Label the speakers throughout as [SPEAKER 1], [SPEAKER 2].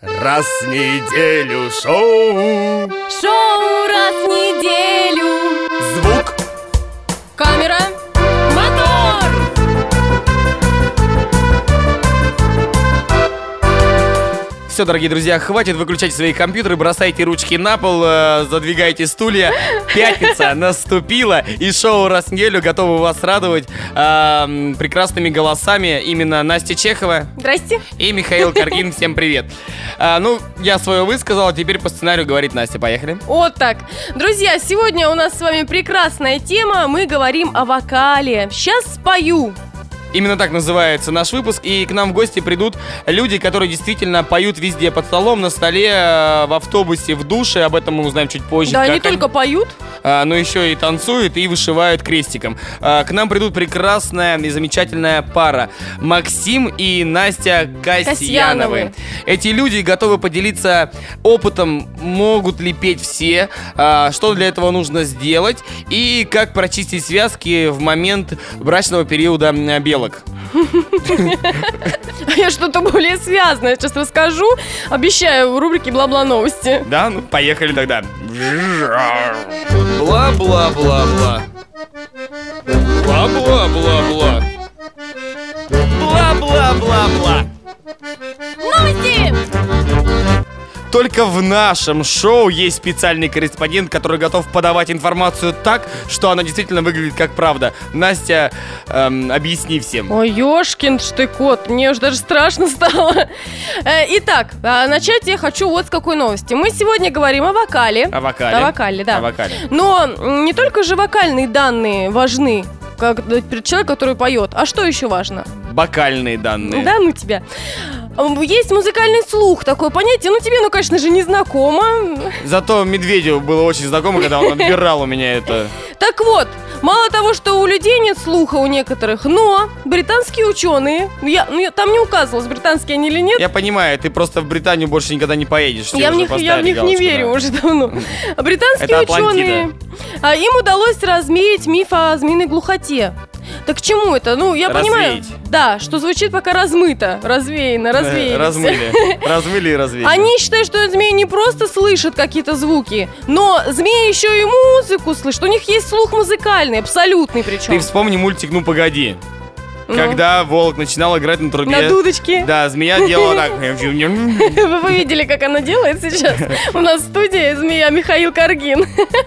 [SPEAKER 1] раз в неделю шоу
[SPEAKER 2] Шоу раз в неделю
[SPEAKER 1] Звук,
[SPEAKER 2] Камера Мотор
[SPEAKER 3] Все, дорогие друзья, хватит выключать свои компьютеры, бросайте ручки на пол, э, задвигайте стулья. Пятница наступила, и шоу «Раз в неделю» готовы вас радовать эм, прекрасными голосами именно Настя Чехова
[SPEAKER 2] Здрасте
[SPEAKER 3] и Михаил Каргин. Всем привет. А, ну, я свое высказал, а теперь по сценарию говорит Настя. Поехали.
[SPEAKER 2] Вот так. Друзья, сегодня у нас с вами прекрасная тема. Мы говорим о вокале. Сейчас спою.
[SPEAKER 3] Именно так называется наш выпуск, и к нам в гости придут люди, которые действительно поют везде, под столом, на столе, э, в автобусе, в душе. Об этом мы узнаем чуть позже.
[SPEAKER 2] да,
[SPEAKER 3] как
[SPEAKER 2] не
[SPEAKER 3] они-
[SPEAKER 2] только поют.
[SPEAKER 3] а, но еще и танцуют и вышивают крестиком. А, К нам придут прекрасная и замечательная пара Максим и Настя Касьяновы.
[SPEAKER 2] Касьяновы.
[SPEAKER 3] Эти люди готовы поделиться опытом, могут ли петь все, а, что для этого нужно сделать и как прочистить связки в момент брачного периода м, белок.
[SPEAKER 2] А Я что-то более связанное сейчас расскажу. Обещаю в рубрике «Бла-бла новости».
[SPEAKER 3] Да, ну поехали тогда. Бла-бла-бла-бла. Бла-бла-бла-бла. Бла-бла-бла-бла.
[SPEAKER 2] Новости!
[SPEAKER 3] Только в нашем шоу есть специальный корреспондент, который готов подавать информацию так, что она действительно выглядит как правда. Настя, эм, объясни всем.
[SPEAKER 2] Ой, ёшкин ж ты кот, мне уж даже страшно стало. Э, Итак, а, начать я хочу вот с какой новости. Мы сегодня говорим о вокале.
[SPEAKER 3] О вокале.
[SPEAKER 2] О вокале, да.
[SPEAKER 3] О вокале.
[SPEAKER 2] Но м, не только же вокальные данные важны, как э, человек, который поет. А что еще важно?
[SPEAKER 3] Бокальные данные.
[SPEAKER 2] Да, ну тебя. М, Есть музыкальный слух, такое понятие. Ну тебе, ну, конечно же, не знакомо.
[SPEAKER 3] Зато Медведеву было очень знакомо, когда он отбирал у меня это.
[SPEAKER 2] Так вот, мало того, что у людей нет слуха у некоторых, но британские ученые, ну, я, ну, я- там не указывалось, британские они или нет,
[SPEAKER 3] Я понимаю, ты просто в Британию больше никогда не поедешь. тебе
[SPEAKER 2] я в
[SPEAKER 3] уже
[SPEAKER 2] них, я в
[SPEAKER 3] поставили
[SPEAKER 2] них не
[SPEAKER 3] галочку, да.
[SPEAKER 2] верю уже давно. А Британские
[SPEAKER 3] Это Атлантида.
[SPEAKER 2] ученые, а, им удалось размеять миф о змеиной глухоте. Так к чему это? Ну, я понимаю,
[SPEAKER 3] Развеять.
[SPEAKER 2] да, что звучит пока размыто, развеяно, развеялись.
[SPEAKER 3] Э, Размыли. Размыли и развели.
[SPEAKER 2] Они считают, что змеи не просто слышат какие-то звуки, но змеи еще и музыку слышат. У них есть слух музыкальный, абсолютный причем.
[SPEAKER 3] Ты вспомни мультик «Ну, погоди».
[SPEAKER 2] Ну.
[SPEAKER 3] Когда волк начинал играть на трубе.
[SPEAKER 2] На дудочке.
[SPEAKER 3] Да, змея делала так.
[SPEAKER 2] Вы видели, как она делает сейчас? У нас в студии змея Михаил Каргин.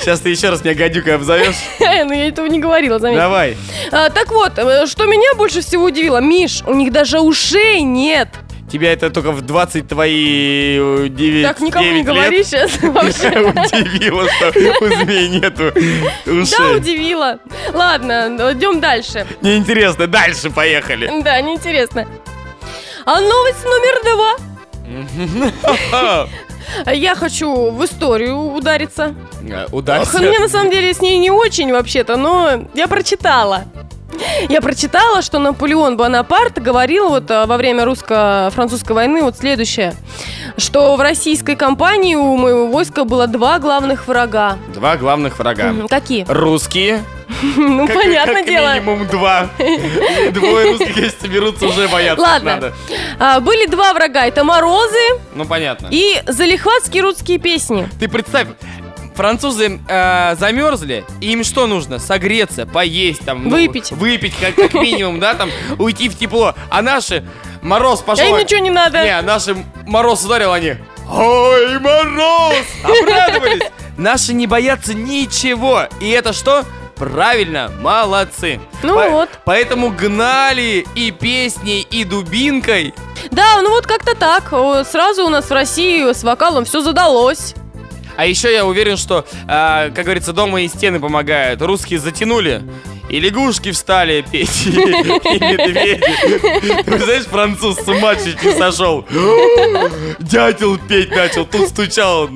[SPEAKER 3] Сейчас ты еще раз меня гадюкой обзовешь.
[SPEAKER 2] Ну, я этого не говорила, заметьте.
[SPEAKER 3] Давай.
[SPEAKER 2] А, Так вот, э, что меня больше всего удивило, Миш, у них даже ушей нет.
[SPEAKER 3] Тебя это только в 20 твои э, 9,
[SPEAKER 2] Так никому не
[SPEAKER 3] 9
[SPEAKER 2] говори
[SPEAKER 3] лет
[SPEAKER 2] сейчас вообще.
[SPEAKER 3] удивило, что у змеи нету
[SPEAKER 2] Да,
[SPEAKER 3] ушей.
[SPEAKER 2] удивила. Ладно, идем дальше.
[SPEAKER 3] Мне интересно, дальше поехали.
[SPEAKER 2] Да, неинтересно. А новость номер А.
[SPEAKER 3] Ха.
[SPEAKER 2] два. Я хочу в историю удариться.
[SPEAKER 3] Э,
[SPEAKER 2] Ох,
[SPEAKER 3] Удачи.
[SPEAKER 2] Мне на самом деле с ней не очень вообще-то, но я прочитала. Я прочитала, что Наполеон Бонапарт говорил вот э, во время русско-французской войны вот следующее, что в российской кампании у моего войска было два главных врага.
[SPEAKER 3] Два главных врага.
[SPEAKER 2] Мгм, Какие?
[SPEAKER 3] Русские.
[SPEAKER 2] Ну,
[SPEAKER 3] Как-
[SPEAKER 2] понятное
[SPEAKER 3] как
[SPEAKER 2] дело.
[SPEAKER 3] минимум два. И Двое русских, если соберутся, уже боятся.
[SPEAKER 2] Ладно.
[SPEAKER 3] надо.
[SPEAKER 2] А, были два врага. Это морозы
[SPEAKER 3] Ну, понятно.
[SPEAKER 2] и залихватские русские песни.
[SPEAKER 3] Ты представь, французы э, замерзли, и им что нужно? Согреться, поесть, там, ну,
[SPEAKER 2] Выпить.
[SPEAKER 3] выпить как, как минимум, да, там, уйти в тепло. А наши мороз
[SPEAKER 2] А
[SPEAKER 3] пошел.
[SPEAKER 2] им ничего не надо.
[SPEAKER 3] Не, наши мороз ударил, они. Ой, мороз! Обрадовались! Наши не боятся ничего. И это что? Правильно, молодцы.
[SPEAKER 2] Ну вот.
[SPEAKER 3] Поэтому гнали и песней, и дубинкой.
[SPEAKER 2] Да, ну вот как-то так. О, Сразу у нас в России с вокалом все задалось.
[SPEAKER 3] А еще я уверен, что, а, как говорится, дома и стены помогают. Русские затянули, и лягушки встали петь, и медведи. Ты знаешь, француз с ума чуть не сошел. Дятел петь начал, тут стучал,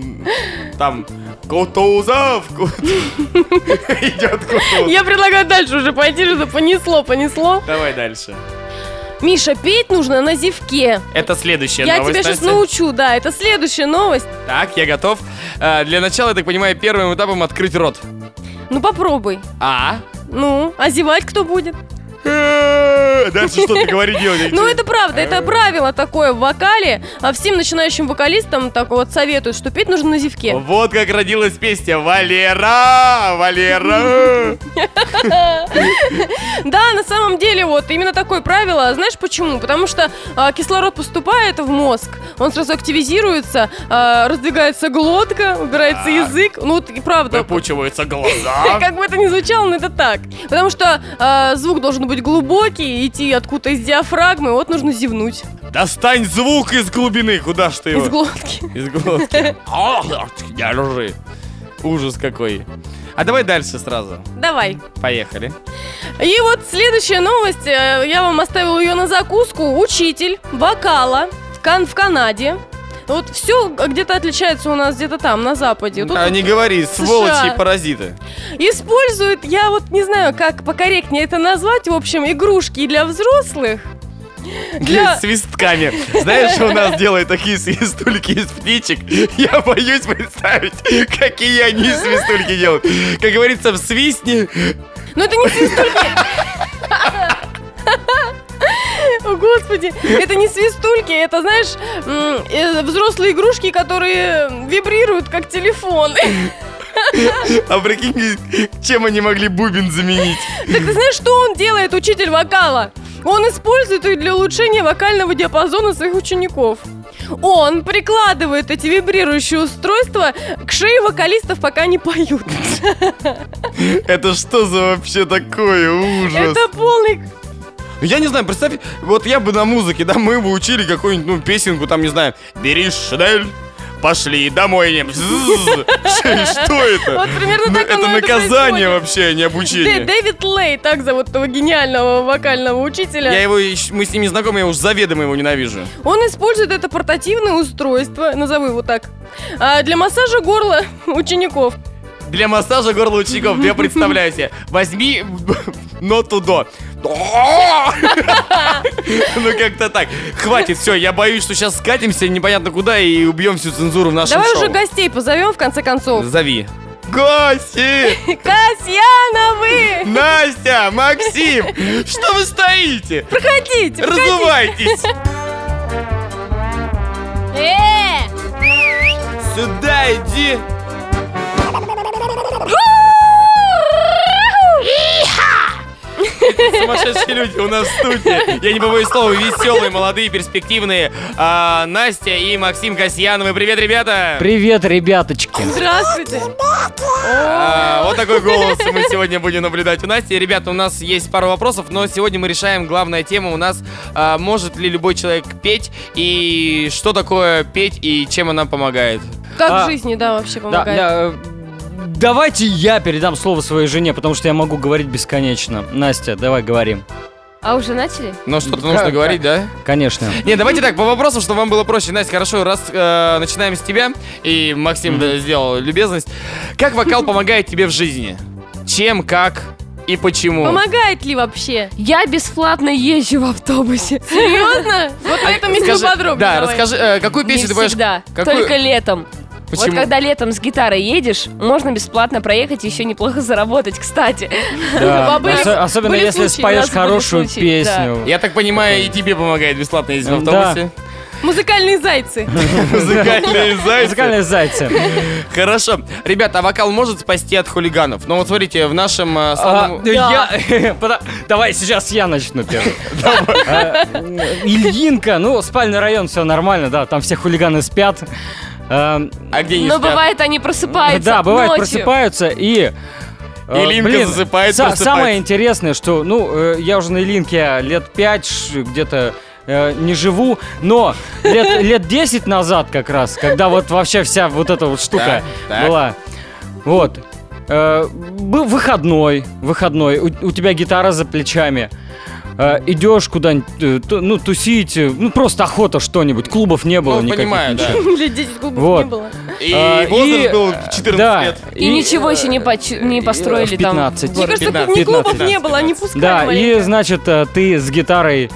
[SPEAKER 3] там, Кутузов, Кут- идет Кутузов.
[SPEAKER 2] Я предлагаю дальше уже пойти, что понесло, понесло.
[SPEAKER 3] Давай дальше.
[SPEAKER 2] Миша, петь нужно на зевке.
[SPEAKER 3] Это следующая
[SPEAKER 2] Я
[SPEAKER 3] новость,
[SPEAKER 2] тебя сейчас
[SPEAKER 3] Настя.
[SPEAKER 2] научу, да, это следующая новость.
[SPEAKER 3] Так, я готов. А, Для начала, я так понимаю, первым этапом открыть рот.
[SPEAKER 2] Ну попробуй.
[SPEAKER 3] А,
[SPEAKER 2] Ну, а зевать кто будет?
[SPEAKER 1] «Э, Дальше что-то говорить делать.
[SPEAKER 2] Ну, это правда, это правило такое в вокале. А всем начинающим вокалистам так вот советуют, что петь нужно на зевке.
[SPEAKER 3] Вот как родилась песня «Валера! Валера!»
[SPEAKER 2] Да, на самом деле, вот именно такое правило. Знаешь почему? Потому что а, кислород поступает в мозг, он сразу активизируется, а, раздвигается глотка, убирается язык. Ну, вот и правда.
[SPEAKER 3] Выпучиваются глаза.
[SPEAKER 2] Как бы это ни звучало, но это так. Потому что а, звук должен быть глубокий, идти откуда-то из диафрагмы, вот нужно зевнуть
[SPEAKER 3] Достань звук из глубины. Куда ж ты
[SPEAKER 2] из
[SPEAKER 3] его?
[SPEAKER 2] глотки.
[SPEAKER 3] Из глотки. Ах, Держи. Ужас какой. А давай дальше сразу.
[SPEAKER 2] Давай.
[SPEAKER 3] Поехали.
[SPEAKER 2] И вот следующая новость, э, я вам оставила ее на закуску. Учитель вокала кан в Канаде. Вот все где-то отличается у нас где-то там, на Западе. Вот тут
[SPEAKER 3] А не говори, сволочи
[SPEAKER 2] США.
[SPEAKER 3] и паразиты.
[SPEAKER 2] Используют, я вот не знаю, как покорректнее это назвать, в общем, игрушки для взрослых. Для...
[SPEAKER 3] С свистками. Знаешь, что у нас делают такие свистульки из птичек? Я боюсь представить, какие они из свистульки делают. Как говорится, в свистне.
[SPEAKER 2] Но Ну, это не свистульки. О, Господи, это не свистульки, это, знаешь, м, э, взрослые игрушки, которые вибрируют, как телефон.
[SPEAKER 3] А прикинь, чем они могли бубен заменить?
[SPEAKER 2] Так ты знаешь, что он делает, учитель вокала? Он использует их для улучшения вокального диапазона своих учеников. Он прикладывает эти вибрирующие устройства к шее вокалистов, пока не поют.
[SPEAKER 3] Это что за вообще такое ужас?
[SPEAKER 2] Это полный...
[SPEAKER 3] Я не знаю, представь, вот я бы на музыке, да, мы бы учили какую-нибудь, ну, песенку, там, не знаю, «Бери шинель, пошли домой». не, бззз». Что что это?
[SPEAKER 2] Вот примерно
[SPEAKER 3] Ну,
[SPEAKER 2] так
[SPEAKER 3] Это
[SPEAKER 2] оно это
[SPEAKER 3] наказание
[SPEAKER 2] происходит.
[SPEAKER 3] вообще, а не
[SPEAKER 2] Дэ-
[SPEAKER 3] обучение.
[SPEAKER 2] Дэвид Лей, так зовут этого гениального вокального учителя.
[SPEAKER 3] Я его, ищ- мы с ним не знакомы, я уж заведомо его ненавижу.
[SPEAKER 2] Он использует это портативное устройство, назову его так, а, для массажа горла учеников.
[SPEAKER 3] Для массажа горла учеников, я представляю себе, возьми ноту до. Ну, как-то так. Хватит, все, я боюсь, что сейчас скатимся непонятно куда и убьем всю цензуру в нашем
[SPEAKER 2] Давай
[SPEAKER 3] шоу.
[SPEAKER 2] уже гостей позовем в конце концов.
[SPEAKER 3] Зови. Гости!
[SPEAKER 2] Касьяновы!
[SPEAKER 3] Настя, Максим, что вы стоите?
[SPEAKER 2] Проходите!
[SPEAKER 3] Разувайтесь!
[SPEAKER 2] Э!
[SPEAKER 3] Сюда иди! Сумасшедшие люди у нас в студии. Я не побоюсь слова, веселые, молодые, перспективные. А, Настя и Максим Касьяновы. Привет, ребята!
[SPEAKER 4] Привет, ребяточки.
[SPEAKER 2] Здравствуйте!
[SPEAKER 3] А, вот такой голос мы сегодня будем наблюдать у Насти. Ребята, у нас есть пару вопросов, но сегодня мы решаем главная тема. У нас а, может ли любой человек петь и что такое петь и чем она помогает?
[SPEAKER 2] Как
[SPEAKER 4] А,
[SPEAKER 2] в жизни, да, вообще помогает?
[SPEAKER 4] Да, да, э, давайте я передам слово своей жене, потому что я могу говорить бесконечно. Настя, давай говорим.
[SPEAKER 5] А уже начали?
[SPEAKER 3] Ну, что-то нужно
[SPEAKER 4] Как-
[SPEAKER 3] говорить, да?
[SPEAKER 4] Конечно.
[SPEAKER 3] Не, давайте так, по вопросам, чтобы вам было проще. Настя, хорошо, раз э, начинаем с тебя, и Максим да, сделал любезность. Как вокал помогает тебе в жизни? Чем, как и почему?
[SPEAKER 2] Помогает ли вообще?
[SPEAKER 5] Я бесплатно езжу в автобусе.
[SPEAKER 2] Серьезно? Вот на этом месте
[SPEAKER 3] А Скажи-
[SPEAKER 2] подробнее.
[SPEAKER 3] Да,
[SPEAKER 2] давай.
[SPEAKER 3] расскажи, э, какую
[SPEAKER 5] Не
[SPEAKER 3] песню ты поешь?
[SPEAKER 5] всегда,
[SPEAKER 3] Какую-
[SPEAKER 5] только летом.
[SPEAKER 3] Почему?
[SPEAKER 5] Вот когда летом с гитарой едешь, можно бесплатно проехать и еще неплохо заработать, кстати.
[SPEAKER 4] Да.
[SPEAKER 2] Бабы-
[SPEAKER 4] Осо- особенно
[SPEAKER 2] были
[SPEAKER 4] если
[SPEAKER 2] случаи,
[SPEAKER 4] споешь
[SPEAKER 5] у нас были
[SPEAKER 4] хорошую
[SPEAKER 5] случаи,
[SPEAKER 4] песню.
[SPEAKER 3] Я так понимаю, и тебе помогает бесплатно ездить в
[SPEAKER 4] М, да.
[SPEAKER 3] автобусе.
[SPEAKER 2] Музыкальные зайцы.
[SPEAKER 3] Музыкальные зайцы.
[SPEAKER 4] Музыкальные зайцы.
[SPEAKER 3] Хорошо. Ребята, а вокал может спасти от хулиганов? Ну вот смотрите, в нашем э,
[SPEAKER 4] А,
[SPEAKER 3] основном...
[SPEAKER 4] я- пода- Давай сейчас я начну первым. А, Ильинка, ну, спальный район, все нормально, да, там все хулиганы спят. А,
[SPEAKER 3] А где не
[SPEAKER 6] Ну,
[SPEAKER 5] Но
[SPEAKER 3] спят?
[SPEAKER 5] бывает, они просыпаются
[SPEAKER 4] Да, бывает,
[SPEAKER 5] ночью.
[SPEAKER 4] просыпаются и... э,
[SPEAKER 3] Илинка засыпает, просыпается.
[SPEAKER 4] Самое интересное, что, ну, э, я уже на Илинке лет 5 ш- где-то э, не живу, но лет, лет 10 назад как раз, когда вот вообще вся вот эта вот штука
[SPEAKER 3] Так, так.
[SPEAKER 4] была, вот, э, был выходной, выходной, у, у тебя гитара за плечами, э, идешь куда-нибудь, э, ту- ну, тусить, э, ну, просто охота что-нибудь, клубов не было
[SPEAKER 3] Ну,
[SPEAKER 4] никаких.
[SPEAKER 3] понимаю, да.
[SPEAKER 4] ничего.
[SPEAKER 2] Для детей клубов
[SPEAKER 4] Вот.
[SPEAKER 2] не было.
[SPEAKER 4] А,
[SPEAKER 3] И возраст был 14
[SPEAKER 4] да,
[SPEAKER 3] лет.
[SPEAKER 5] И, ничего еще не, поч- не
[SPEAKER 4] э,
[SPEAKER 5] построили
[SPEAKER 4] в
[SPEAKER 5] там.
[SPEAKER 4] 15.
[SPEAKER 2] Мне кажется, тут ни
[SPEAKER 4] 15,
[SPEAKER 2] клубов не
[SPEAKER 3] 15,
[SPEAKER 2] было, они пускали
[SPEAKER 4] Да, и
[SPEAKER 2] маленько.
[SPEAKER 4] значит, э, ты с гитарой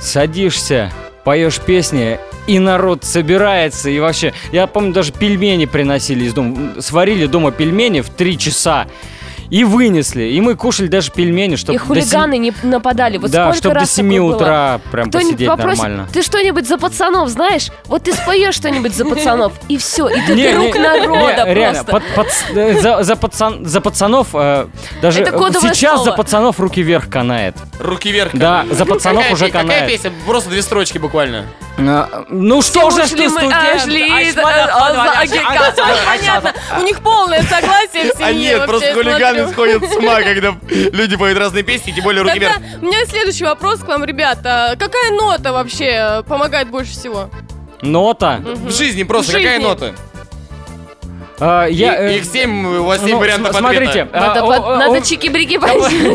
[SPEAKER 4] садишься, поешь песни, и народ собирается, и вообще... Я помню, даже пельмени приносили из дома. М, Сварили дома пельмени в 3 часа. И вынесли. И мы кушали даже пельмени, чтобы
[SPEAKER 2] И хулиганы не нападали. Вот
[SPEAKER 4] да,
[SPEAKER 2] сколько
[SPEAKER 4] чтобы до
[SPEAKER 2] раз
[SPEAKER 4] 7
[SPEAKER 2] такое было?
[SPEAKER 4] утра прям
[SPEAKER 2] Кто-нибудь
[SPEAKER 4] посидеть
[SPEAKER 2] попросит,
[SPEAKER 4] нормально.
[SPEAKER 2] ты что-нибудь за пацанов знаешь? Вот ты споешь что-нибудь за пацанов, и все, и ты
[SPEAKER 4] Не,
[SPEAKER 2] друг
[SPEAKER 4] не,
[SPEAKER 2] народа
[SPEAKER 4] не, реально,
[SPEAKER 2] просто.
[SPEAKER 4] под- под- э, за, за пацан- за пацанов э, даже
[SPEAKER 2] Это
[SPEAKER 4] э,
[SPEAKER 2] кодовое
[SPEAKER 4] сейчас
[SPEAKER 2] слово.
[SPEAKER 4] за пацанов руки вверх канает.
[SPEAKER 3] Руки вверх. Ну,
[SPEAKER 4] Да, за пацанов
[SPEAKER 3] Какая
[SPEAKER 4] уже
[SPEAKER 3] пе- Какая
[SPEAKER 4] канает.
[SPEAKER 3] песня? Просто две строчки буквально.
[SPEAKER 4] А, Ну что же,
[SPEAKER 6] Ушли
[SPEAKER 4] что
[SPEAKER 6] мы,
[SPEAKER 4] студент?
[SPEAKER 6] а, шли,
[SPEAKER 4] Ай,
[SPEAKER 6] да,
[SPEAKER 4] шмада,
[SPEAKER 6] а,
[SPEAKER 4] хода,
[SPEAKER 6] за
[SPEAKER 4] а,
[SPEAKER 6] агрегат.
[SPEAKER 4] а,
[SPEAKER 6] Ой, Понятно, у них полное согласие в семье.
[SPEAKER 3] А нет, просто
[SPEAKER 6] вообще,
[SPEAKER 3] хулиганы
[SPEAKER 6] смотрю.
[SPEAKER 3] сходят с ума, когда люди поют разные песни, тем более руки
[SPEAKER 6] Тогда
[SPEAKER 3] вверх.
[SPEAKER 6] у меня следующий вопрос к вам, ребята. Какая нота
[SPEAKER 2] э,
[SPEAKER 6] вообще помогает больше всего?
[SPEAKER 4] Нота.
[SPEAKER 6] Мгм.
[SPEAKER 3] В жизни просто
[SPEAKER 6] В жизни.
[SPEAKER 3] какая нота?
[SPEAKER 4] А,
[SPEAKER 3] И-
[SPEAKER 4] я, э,
[SPEAKER 3] Их семь, у вас семь
[SPEAKER 4] ну,
[SPEAKER 3] вариантов
[SPEAKER 4] см- Смотрите,
[SPEAKER 3] ответа.
[SPEAKER 4] а,
[SPEAKER 2] Надо,
[SPEAKER 4] о-
[SPEAKER 2] под-
[SPEAKER 4] о-
[SPEAKER 2] надо
[SPEAKER 4] о-
[SPEAKER 2] чики-брики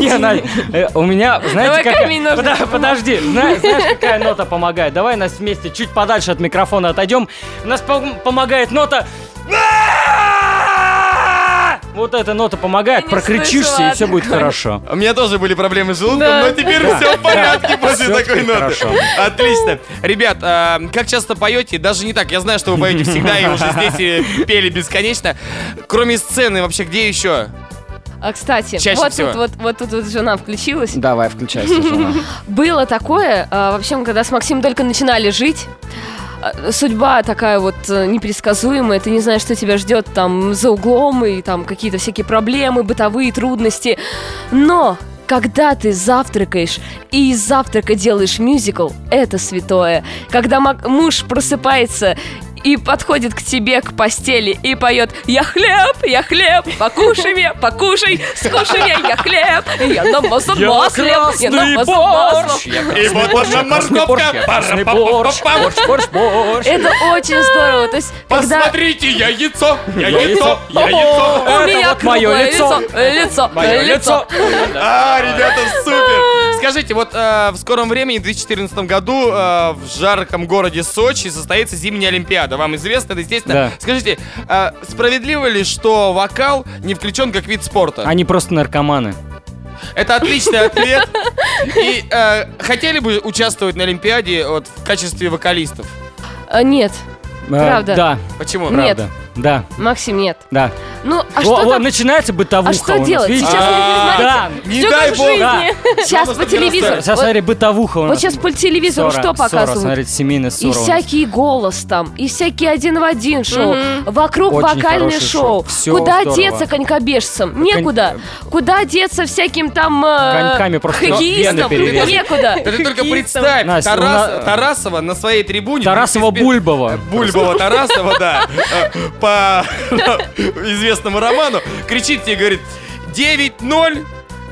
[SPEAKER 4] Не, Надь, э, у меня, знаете,
[SPEAKER 6] Давай
[SPEAKER 4] как...
[SPEAKER 6] камень, ножницы, бумага.
[SPEAKER 4] Подожди, зна- знаешь, какая нота помогает? Давай нас вместе чуть подальше от микрофона отойдем. Нас пом- помогает нота... А! Вот эта нота помогает,
[SPEAKER 6] Я не
[SPEAKER 4] прокричишься,
[SPEAKER 6] слышала
[SPEAKER 4] и все будет хорошо.
[SPEAKER 3] У меня тоже были проблемы с желудком,
[SPEAKER 6] Да.
[SPEAKER 3] но теперь все в порядке после
[SPEAKER 4] Всё
[SPEAKER 3] такой
[SPEAKER 4] теперь
[SPEAKER 3] ноты.
[SPEAKER 4] хорошо.
[SPEAKER 3] Отлично. Ребят, а, как часто поете? Даже не так. Я знаю, что вы поете всегда, и уже здесь э, пели бесконечно. Кроме сцены, вообще, где еще?
[SPEAKER 2] А, кстати,
[SPEAKER 3] Чаще
[SPEAKER 2] вот,
[SPEAKER 3] всего.
[SPEAKER 2] тут, вот, вот тут вот жена включилась.
[SPEAKER 4] Давай, включайся, жена.
[SPEAKER 2] Было такое, а, вообще, мы когда с Максимом только начинали жить, а, судьба такая вот э, непредсказуемая, ты не знаешь, что тебя ждет там за углом, и там какие-то всякие проблемы, бытовые трудности. Но когда ты завтракаешь и из завтрака делаешь мюзикл, это святое. Когда мак- муж просыпается и подходит к тебе, к постели, и поет «Я хлеб, я хлеб, покушай меня, покушай, скушай меня, я хлеб, я намазан
[SPEAKER 4] Я
[SPEAKER 2] маслом, я
[SPEAKER 4] красный
[SPEAKER 2] намазан маслом».
[SPEAKER 4] борщ!
[SPEAKER 3] И вот она
[SPEAKER 4] Красный борщ, я красный борщ, борщ, борщ, борщ.
[SPEAKER 2] Это очень здорово. То есть, когда
[SPEAKER 3] Посмотрите, я яйцо, я
[SPEAKER 4] Я
[SPEAKER 3] яйцо,
[SPEAKER 4] яйцо.
[SPEAKER 3] я яйцо.
[SPEAKER 2] у меня
[SPEAKER 4] вот моё
[SPEAKER 2] круглое
[SPEAKER 4] лицо.
[SPEAKER 2] лицо,
[SPEAKER 4] Мое
[SPEAKER 2] э, лицо,
[SPEAKER 4] лицо.
[SPEAKER 3] А, ребята, супер! Скажите, вот э, в скором времени, в 2014 году, э, в жарком городе Сочи состоится зимняя Олимпиада. Вам известно это, естественно.
[SPEAKER 4] Да.
[SPEAKER 3] Скажите, э, справедливо ли, что вокал не включен как вид спорта?
[SPEAKER 4] Они просто наркоманы.
[SPEAKER 3] Это отличный ответ. И э, хотели бы участвовать на Олимпиаде вот, в качестве вокалистов?
[SPEAKER 2] Э, Нет,
[SPEAKER 4] Э,
[SPEAKER 2] Правда.
[SPEAKER 4] Да,
[SPEAKER 3] Почему?
[SPEAKER 2] Нет.
[SPEAKER 4] правда. Да,
[SPEAKER 2] Максим, нет.
[SPEAKER 4] да.
[SPEAKER 2] Ну, а
[SPEAKER 4] Во-
[SPEAKER 2] что
[SPEAKER 4] во,
[SPEAKER 2] там?
[SPEAKER 4] начинается бытовуха
[SPEAKER 2] А что
[SPEAKER 4] у нас,
[SPEAKER 2] делать?
[SPEAKER 4] видите? А,
[SPEAKER 2] Сейчас
[SPEAKER 3] вы не
[SPEAKER 4] Да,
[SPEAKER 3] Не
[SPEAKER 6] Всё
[SPEAKER 3] дай
[SPEAKER 6] как в
[SPEAKER 3] бог!
[SPEAKER 4] да.
[SPEAKER 6] жизни.
[SPEAKER 2] Сейчас по телевизору.
[SPEAKER 4] Сейчас,
[SPEAKER 2] Вот
[SPEAKER 4] смотри, бытовуха у нас.
[SPEAKER 2] вот сейчас по телевизору
[SPEAKER 4] Ссора,
[SPEAKER 2] что
[SPEAKER 4] ссора,
[SPEAKER 2] показывают?
[SPEAKER 4] смотрите, семейная
[SPEAKER 2] И
[SPEAKER 4] ссора у нас.
[SPEAKER 2] всякий голос там, и всякие один в один шоу,
[SPEAKER 6] Мгм.
[SPEAKER 2] вокруг
[SPEAKER 4] Очень
[SPEAKER 2] вокальное
[SPEAKER 4] хорошее
[SPEAKER 2] шоу.
[SPEAKER 4] шоу. Всё
[SPEAKER 2] Куда
[SPEAKER 4] здорово.
[SPEAKER 2] деться конькобежцам? Некуда. Куда деться всяким там э,
[SPEAKER 4] Коньками просто
[SPEAKER 2] хоккеистам?
[SPEAKER 4] вены перерезать.
[SPEAKER 2] Некуда.
[SPEAKER 3] Да ты только представь,
[SPEAKER 4] Настя,
[SPEAKER 3] Тарас-
[SPEAKER 4] у нас-
[SPEAKER 3] Тарасова на своей трибуне...
[SPEAKER 4] Тарасова
[SPEAKER 3] Без-
[SPEAKER 4] Бульбова.
[SPEAKER 3] Э, Бульбова Тарасова, да, э, по известному роману, кричит тебе, говорит, 9-0,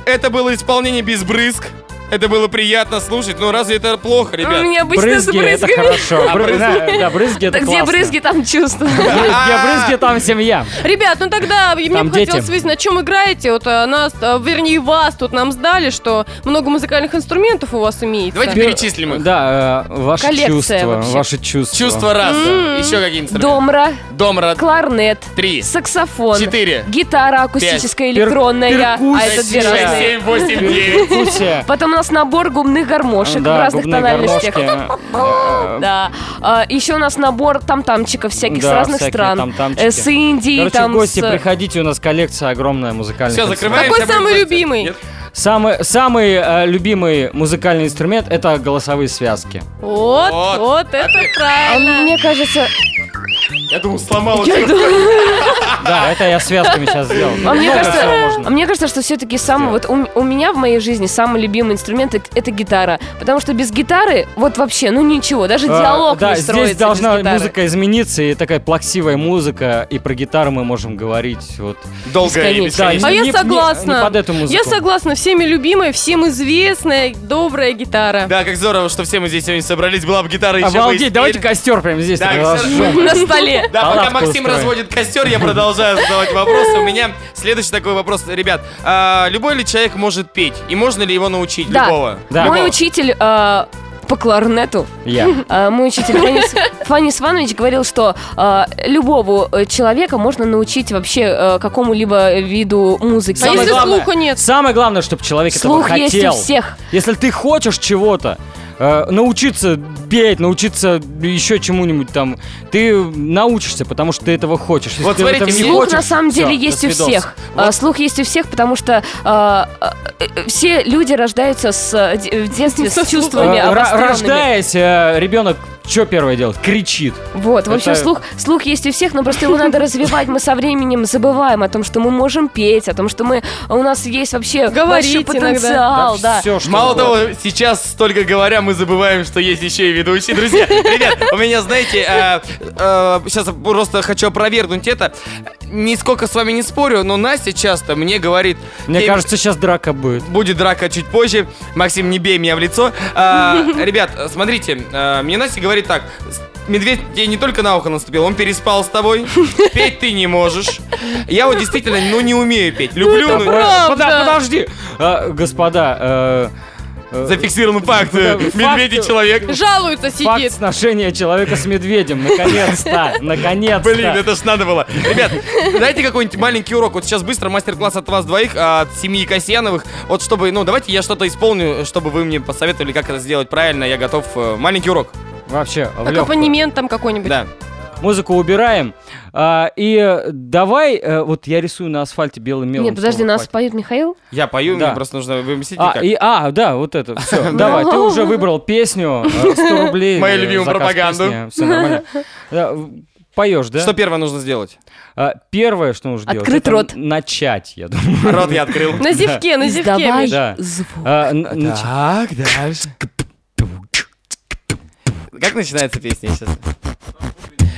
[SPEAKER 3] это было исполнение без брызг, это было приятно слушать, но разве это плохо,
[SPEAKER 2] У
[SPEAKER 3] ребят?
[SPEAKER 2] меня обычно с
[SPEAKER 4] Брызги это
[SPEAKER 2] брызгами.
[SPEAKER 4] хорошо.
[SPEAKER 3] А
[SPEAKER 4] Бры-
[SPEAKER 3] брызги?
[SPEAKER 4] Да, да, брызги это
[SPEAKER 2] Да Где
[SPEAKER 4] классно.
[SPEAKER 2] брызги, там чувства.
[SPEAKER 4] Где брызги, там семья.
[SPEAKER 6] Ребят, ну тогда мне
[SPEAKER 4] Там
[SPEAKER 6] бы хотелось
[SPEAKER 4] дети.
[SPEAKER 6] выяснить, на чем играете? Вот
[SPEAKER 2] э,
[SPEAKER 6] а, нас, а, вернее, вас тут нам сдали, что много музыкальных инструментов у вас имеется.
[SPEAKER 3] Давайте перечислим их.
[SPEAKER 4] Да, э, ваши
[SPEAKER 2] Коллекция
[SPEAKER 4] чувства.
[SPEAKER 2] вообще.
[SPEAKER 4] Ваши чувства.
[SPEAKER 3] Чувство раз, еще какие инструменты?
[SPEAKER 2] Домра,
[SPEAKER 3] Домра,
[SPEAKER 2] кларнет,
[SPEAKER 3] три,
[SPEAKER 2] саксофон,
[SPEAKER 3] четыре,
[SPEAKER 2] гитара акустическая,
[SPEAKER 4] Пер-
[SPEAKER 2] электронная, а
[SPEAKER 4] перкуссия.
[SPEAKER 2] это две
[SPEAKER 4] Шесть,
[SPEAKER 2] разные.
[SPEAKER 3] семь, восемь, девять.
[SPEAKER 4] Вкусия.
[SPEAKER 2] Потом у нас набор губных гармошек в
[SPEAKER 4] Да,
[SPEAKER 2] разных
[SPEAKER 4] губные
[SPEAKER 2] тональностях.
[SPEAKER 4] гармошки. Э,
[SPEAKER 2] Да. А, еще у нас набор там-тамчиков всяких с
[SPEAKER 4] Да,
[SPEAKER 2] разных
[SPEAKER 4] всякие
[SPEAKER 2] стран.
[SPEAKER 4] там-тамчики.
[SPEAKER 2] Э, С Индии,
[SPEAKER 4] Короче,
[SPEAKER 2] там
[SPEAKER 4] в гости
[SPEAKER 2] с-
[SPEAKER 4] приходите, у нас коллекция огромная музыкальная.
[SPEAKER 3] Все, закрываемся.
[SPEAKER 6] Какой самый
[SPEAKER 3] Нет?
[SPEAKER 6] любимый?
[SPEAKER 4] Самый, самый э, любимый музыкальный инструмент это голосовые связки.
[SPEAKER 6] Вот,
[SPEAKER 3] Вот.
[SPEAKER 6] вот, это
[SPEAKER 2] А
[SPEAKER 6] правильно.
[SPEAKER 2] Мне кажется,
[SPEAKER 3] Я думал, сломал.
[SPEAKER 4] Да, это я связками сейчас сделал.
[SPEAKER 2] а мне,
[SPEAKER 4] Много
[SPEAKER 2] кажется,
[SPEAKER 4] всего можно.
[SPEAKER 2] а мне кажется, что все-таки самый вот у, у меня в моей жизни самый любимый инструмент это, это гитара, потому что без гитары вот вообще ну ничего, даже
[SPEAKER 4] А,
[SPEAKER 2] диалог
[SPEAKER 4] да,
[SPEAKER 2] не строится
[SPEAKER 4] здесь должна
[SPEAKER 2] без гитары.
[SPEAKER 4] музыка измениться, и такая плаксивая музыка, и про гитару мы можем говорить. Вот.
[SPEAKER 3] Долго и
[SPEAKER 2] Бесконечно.
[SPEAKER 4] не-
[SPEAKER 6] А я
[SPEAKER 4] не- не-
[SPEAKER 6] согласна.
[SPEAKER 4] не под эту музыку.
[SPEAKER 6] Я согласна, всеми любимая, всем известная, добрая гитара.
[SPEAKER 3] Да, как здорово, что все мы здесь сегодня собрались. Была бы гитара еще
[SPEAKER 4] Обалдеть, давайте костер прямо здесь
[SPEAKER 3] Да,
[SPEAKER 4] разожжем.
[SPEAKER 2] на столе.
[SPEAKER 3] Да, пока
[SPEAKER 4] Палатку
[SPEAKER 3] Максим
[SPEAKER 4] устроим.
[SPEAKER 3] разводит костер, я продолжаю задавать вопросы. У меня следующий такой вопрос. Ребят, а, любой ли человек может петь? И можно ли его научить?
[SPEAKER 2] Да.
[SPEAKER 3] Любого?
[SPEAKER 4] Да.
[SPEAKER 2] Мой
[SPEAKER 3] Любого.
[SPEAKER 2] учитель э, по кларнету,
[SPEAKER 4] Я.
[SPEAKER 2] э, мой учитель Фанис, Фанис Иванович говорил, что э, любого э, человека можно научить вообще э, какому-либо виду музыки.
[SPEAKER 6] А
[SPEAKER 4] Самое
[SPEAKER 6] если
[SPEAKER 4] главное-
[SPEAKER 6] слуха нет?
[SPEAKER 4] самое главное, чтобы человек этого
[SPEAKER 2] Слух есть у
[SPEAKER 4] хотел.
[SPEAKER 2] всех.
[SPEAKER 4] Если ты хочешь чего-то, э, научиться петь, научиться еще чему-нибудь там. Ты научишься, потому что ты этого хочешь. Если
[SPEAKER 3] Вот
[SPEAKER 4] ты
[SPEAKER 3] смотрите,
[SPEAKER 4] этого не
[SPEAKER 2] Слух
[SPEAKER 4] хочешь,
[SPEAKER 2] на самом
[SPEAKER 4] всё,
[SPEAKER 2] деле
[SPEAKER 4] до
[SPEAKER 2] есть у
[SPEAKER 4] свидос.
[SPEAKER 2] всех. А, Слух есть у всех, потому что а, а, э, все люди рождаются с, э, де- в детстве
[SPEAKER 7] Со
[SPEAKER 2] с
[SPEAKER 7] слухом.
[SPEAKER 4] Э,
[SPEAKER 2] чувствами
[SPEAKER 4] ра-
[SPEAKER 2] обостренными.
[SPEAKER 4] Рождаясь, э, ребенок что первое делает? Кричит.
[SPEAKER 2] Вот, в общем,
[SPEAKER 4] Это-
[SPEAKER 2] слух, слух есть у всех, но просто его надо развивать. Мы со временем забываем о том, что мы можем петь, о том, что мы у нас есть вообще
[SPEAKER 7] Говорить
[SPEAKER 2] большой
[SPEAKER 7] иногда.
[SPEAKER 2] потенциал, да.
[SPEAKER 4] Все, что
[SPEAKER 3] Мало
[SPEAKER 4] угодно.
[SPEAKER 3] того, сейчас столько говоря, мы забываем, что есть еще и ведущий. Друзья, ребят, у меня, знаете, сейчас просто хочу опровергнуть это. Нисколько с вами не спорю, но Настя часто мне говорит...
[SPEAKER 4] Мне
[SPEAKER 3] «Ты-
[SPEAKER 4] кажется, сейчас драка будет.
[SPEAKER 3] Будет драка чуть позже. Максим, не бей меня в лицо. А, ребят, смотрите, а, мне Настя говорит так. «С- Медведь тебе не только на ухо наступил, он переспал с тобой. Петь ты не можешь. Я вот действительно, ну, не умею петь. Люблю,
[SPEAKER 7] это
[SPEAKER 3] но...
[SPEAKER 7] правда.
[SPEAKER 4] Пода- Подожди, А, господа. э, э,
[SPEAKER 3] Зафиксирован факт.
[SPEAKER 4] Да,
[SPEAKER 3] Медведь и
[SPEAKER 4] факт.
[SPEAKER 3] человек.
[SPEAKER 7] Жалуется,
[SPEAKER 4] Факт
[SPEAKER 7] сидит.
[SPEAKER 4] сношения человека с медведем. Наконец-то, наконец-то.
[SPEAKER 3] Блин, это ж надо было. Ребят, дайте какой-нибудь маленький урок. Вот сейчас быстро мастер-класс от вас двоих, а, от семьи Касьяновых. Вот чтобы, ну, давайте я что-то исполню, чтобы вы мне посоветовали, как это сделать правильно. Я готов. э, Маленький урок.
[SPEAKER 4] Вообще, в
[SPEAKER 7] Как
[SPEAKER 4] лёгкую.
[SPEAKER 7] Аккомпанемент там какой-нибудь.
[SPEAKER 3] Да.
[SPEAKER 4] Музыку убираем. А, и э, давай, э, вот я рисую на асфальте белым мелом.
[SPEAKER 2] Нет, подожди,
[SPEAKER 4] слово
[SPEAKER 2] нас
[SPEAKER 4] «хватит».
[SPEAKER 2] поет Михаил?
[SPEAKER 3] Я пою,
[SPEAKER 4] Да.
[SPEAKER 3] мне просто нужно вы выместить
[SPEAKER 4] А, и, а, да, вот это. Все, давай. Ты
[SPEAKER 2] Ну.
[SPEAKER 4] уже выбрал песню. э, 100 рублей.
[SPEAKER 3] Мою любимую пропаганду.
[SPEAKER 4] Все нормально. Э, Поешь, да?
[SPEAKER 3] Что первое нужно сделать?
[SPEAKER 4] А, Первое, что нужно делать,
[SPEAKER 2] Открыт
[SPEAKER 4] это
[SPEAKER 2] рот.
[SPEAKER 4] Начать, я думаю.
[SPEAKER 3] Рот я открыл.
[SPEAKER 7] На зевке, на зевке.
[SPEAKER 2] Издавай
[SPEAKER 7] Миш.
[SPEAKER 4] Да.
[SPEAKER 2] звук.
[SPEAKER 4] А, н- нач-
[SPEAKER 3] Так, дальше. Как начинается песня сейчас?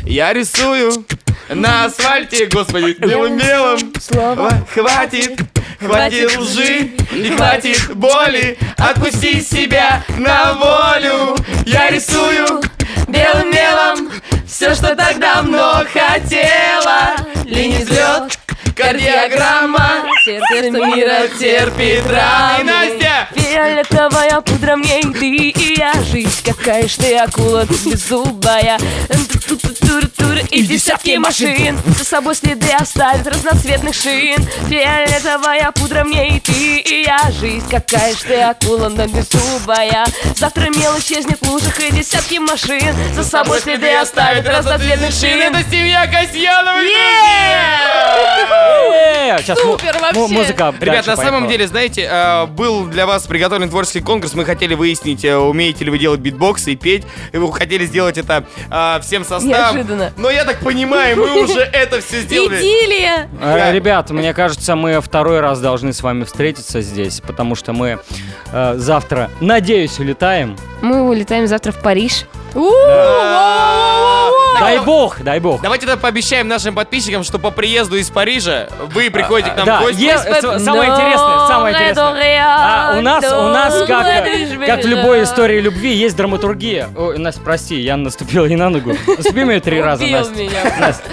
[SPEAKER 3] Я рисую на асфальте, господи, белым белым.
[SPEAKER 2] Слава.
[SPEAKER 3] Хватит, хватит лжи и хватит боли. Отпусти себя на волю. Я рисую белым мелом все, что так давно хотела. Линий взлет, кардиограмма.
[SPEAKER 2] Сердце
[SPEAKER 7] мира
[SPEAKER 2] мира
[SPEAKER 3] терпит раны. Настя!
[SPEAKER 2] Фиолетовая пудра мне и ты, и я Жизнь какая ж ты, акула, ты беззубая Тур-тур-тур-тур, И десятки машин За собой следы оставят разноцветных шин Фиолетовая пудра мне и ты, и я Жизнь какая ж ты, акула, но беззубая Завтра мел исчезнет в лужах и десятки машин За
[SPEAKER 3] а
[SPEAKER 2] собой следы оставят разноцветных шин
[SPEAKER 3] Это семья Касьянова.
[SPEAKER 4] Э, щас му-
[SPEAKER 7] Супер
[SPEAKER 4] му-
[SPEAKER 7] вообще.
[SPEAKER 4] Музыка.
[SPEAKER 3] Ребят,
[SPEAKER 4] дальше
[SPEAKER 3] на самом
[SPEAKER 4] поехала.
[SPEAKER 3] деле, знаете, э, был для вас приготовлен творческий конкурс. Мы хотели выяснить, э, умеете ли вы делать битбокс и петь. И вы хотели сделать это э, всем составом.
[SPEAKER 2] Неожиданно.
[SPEAKER 3] Но я так понимаю, мы уже это все сделали.
[SPEAKER 7] Идиллия.
[SPEAKER 4] Э,
[SPEAKER 3] Да.
[SPEAKER 4] Ребят, мне кажется, мы второй раз должны с вами встретиться здесь, потому что мы э, завтра, надеюсь, улетаем.
[SPEAKER 2] Мы улетаем завтра в Париж
[SPEAKER 7] У,
[SPEAKER 3] Так,
[SPEAKER 4] Дай
[SPEAKER 3] ну,
[SPEAKER 4] бог, дай бог.
[SPEAKER 3] Давайте тогда пообещаем нашим подписчикам, что по приезду из Парижа вы приходите к нам
[SPEAKER 4] да,
[SPEAKER 3] в гости.
[SPEAKER 4] е- э, с- самое интересное, самое интересное. А, у нас, у нас
[SPEAKER 2] Ну,
[SPEAKER 4] как, э, как в любой истории любви есть драматургия. Ой, Настя, прости, я наступил ей на ногу. Наступи меня три раза,
[SPEAKER 2] Убил
[SPEAKER 4] Настя.
[SPEAKER 2] меня.
[SPEAKER 4] Настя,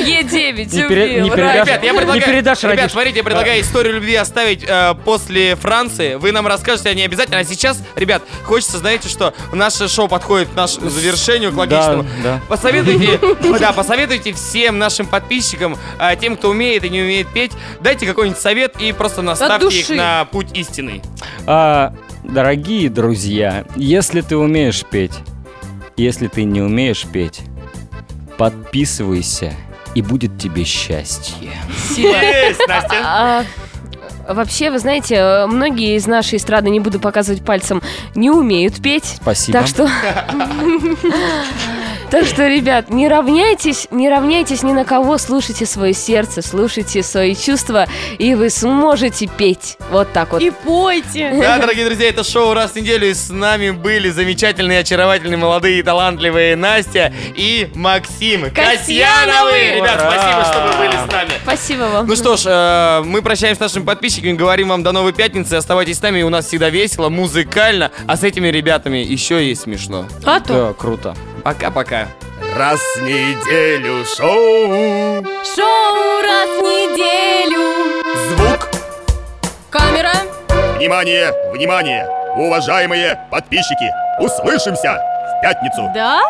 [SPEAKER 2] Е9,
[SPEAKER 4] Не пере- не
[SPEAKER 2] убил.
[SPEAKER 4] передашь.
[SPEAKER 3] Ребят, я
[SPEAKER 4] Не
[SPEAKER 3] предлагаю,
[SPEAKER 4] передашь,
[SPEAKER 3] ребят,
[SPEAKER 4] родишь.
[SPEAKER 3] смотрите, я предлагаю историю любви оставить э, после Франции. Вы нам расскажете о ней обязательно. А сейчас, ребят, хочется, знаете, что наше шоу подходит к нашему завершению, к логичному.
[SPEAKER 4] да.
[SPEAKER 3] Посоветуйте, да, посоветуйте всем нашим подписчикам, э, тем, кто умеет и не умеет петь, дайте какой-нибудь совет и просто наставьте их
[SPEAKER 7] души.
[SPEAKER 3] на путь истины.
[SPEAKER 4] А, дорогие друзья, если ты умеешь петь, если ты не умеешь петь, подписывайся, и будет тебе счастье.
[SPEAKER 3] Есть, Настя.
[SPEAKER 2] А, Вообще, вы знаете, э, многие из нашей эстрады, не буду показывать пальцем, не умеют петь.
[SPEAKER 4] Спасибо.
[SPEAKER 2] Так что... Так что, ребят, не равняйтесь, не равняйтесь ни на кого, слушайте свое сердце, слушайте свои чувства, и вы сможете петь. Вот так вот.
[SPEAKER 7] И пойте.
[SPEAKER 3] Да, дорогие друзья, это шоу раз в неделю. И с нами были замечательные, очаровательные, молодые и талантливые Настя и Максим Касьяновы. Ребят,
[SPEAKER 4] Ура!
[SPEAKER 3] спасибо, что вы были с нами.
[SPEAKER 2] Спасибо вам.
[SPEAKER 3] Ну что ж, э, мы прощаемся с нашими подписчиками, говорим вам до новой пятницы. Оставайтесь с нами, у нас всегда весело, музыкально, а с этими ребятами еще и смешно.
[SPEAKER 7] А то.
[SPEAKER 4] Да, круто.
[SPEAKER 3] Пока-пока.
[SPEAKER 1] Раз в неделю шоу.
[SPEAKER 7] Шоу раз в неделю.
[SPEAKER 1] Звук.
[SPEAKER 7] Камера.
[SPEAKER 1] Внимание, внимание. Уважаемые подписчики, услышимся в пятницу.
[SPEAKER 7] Да?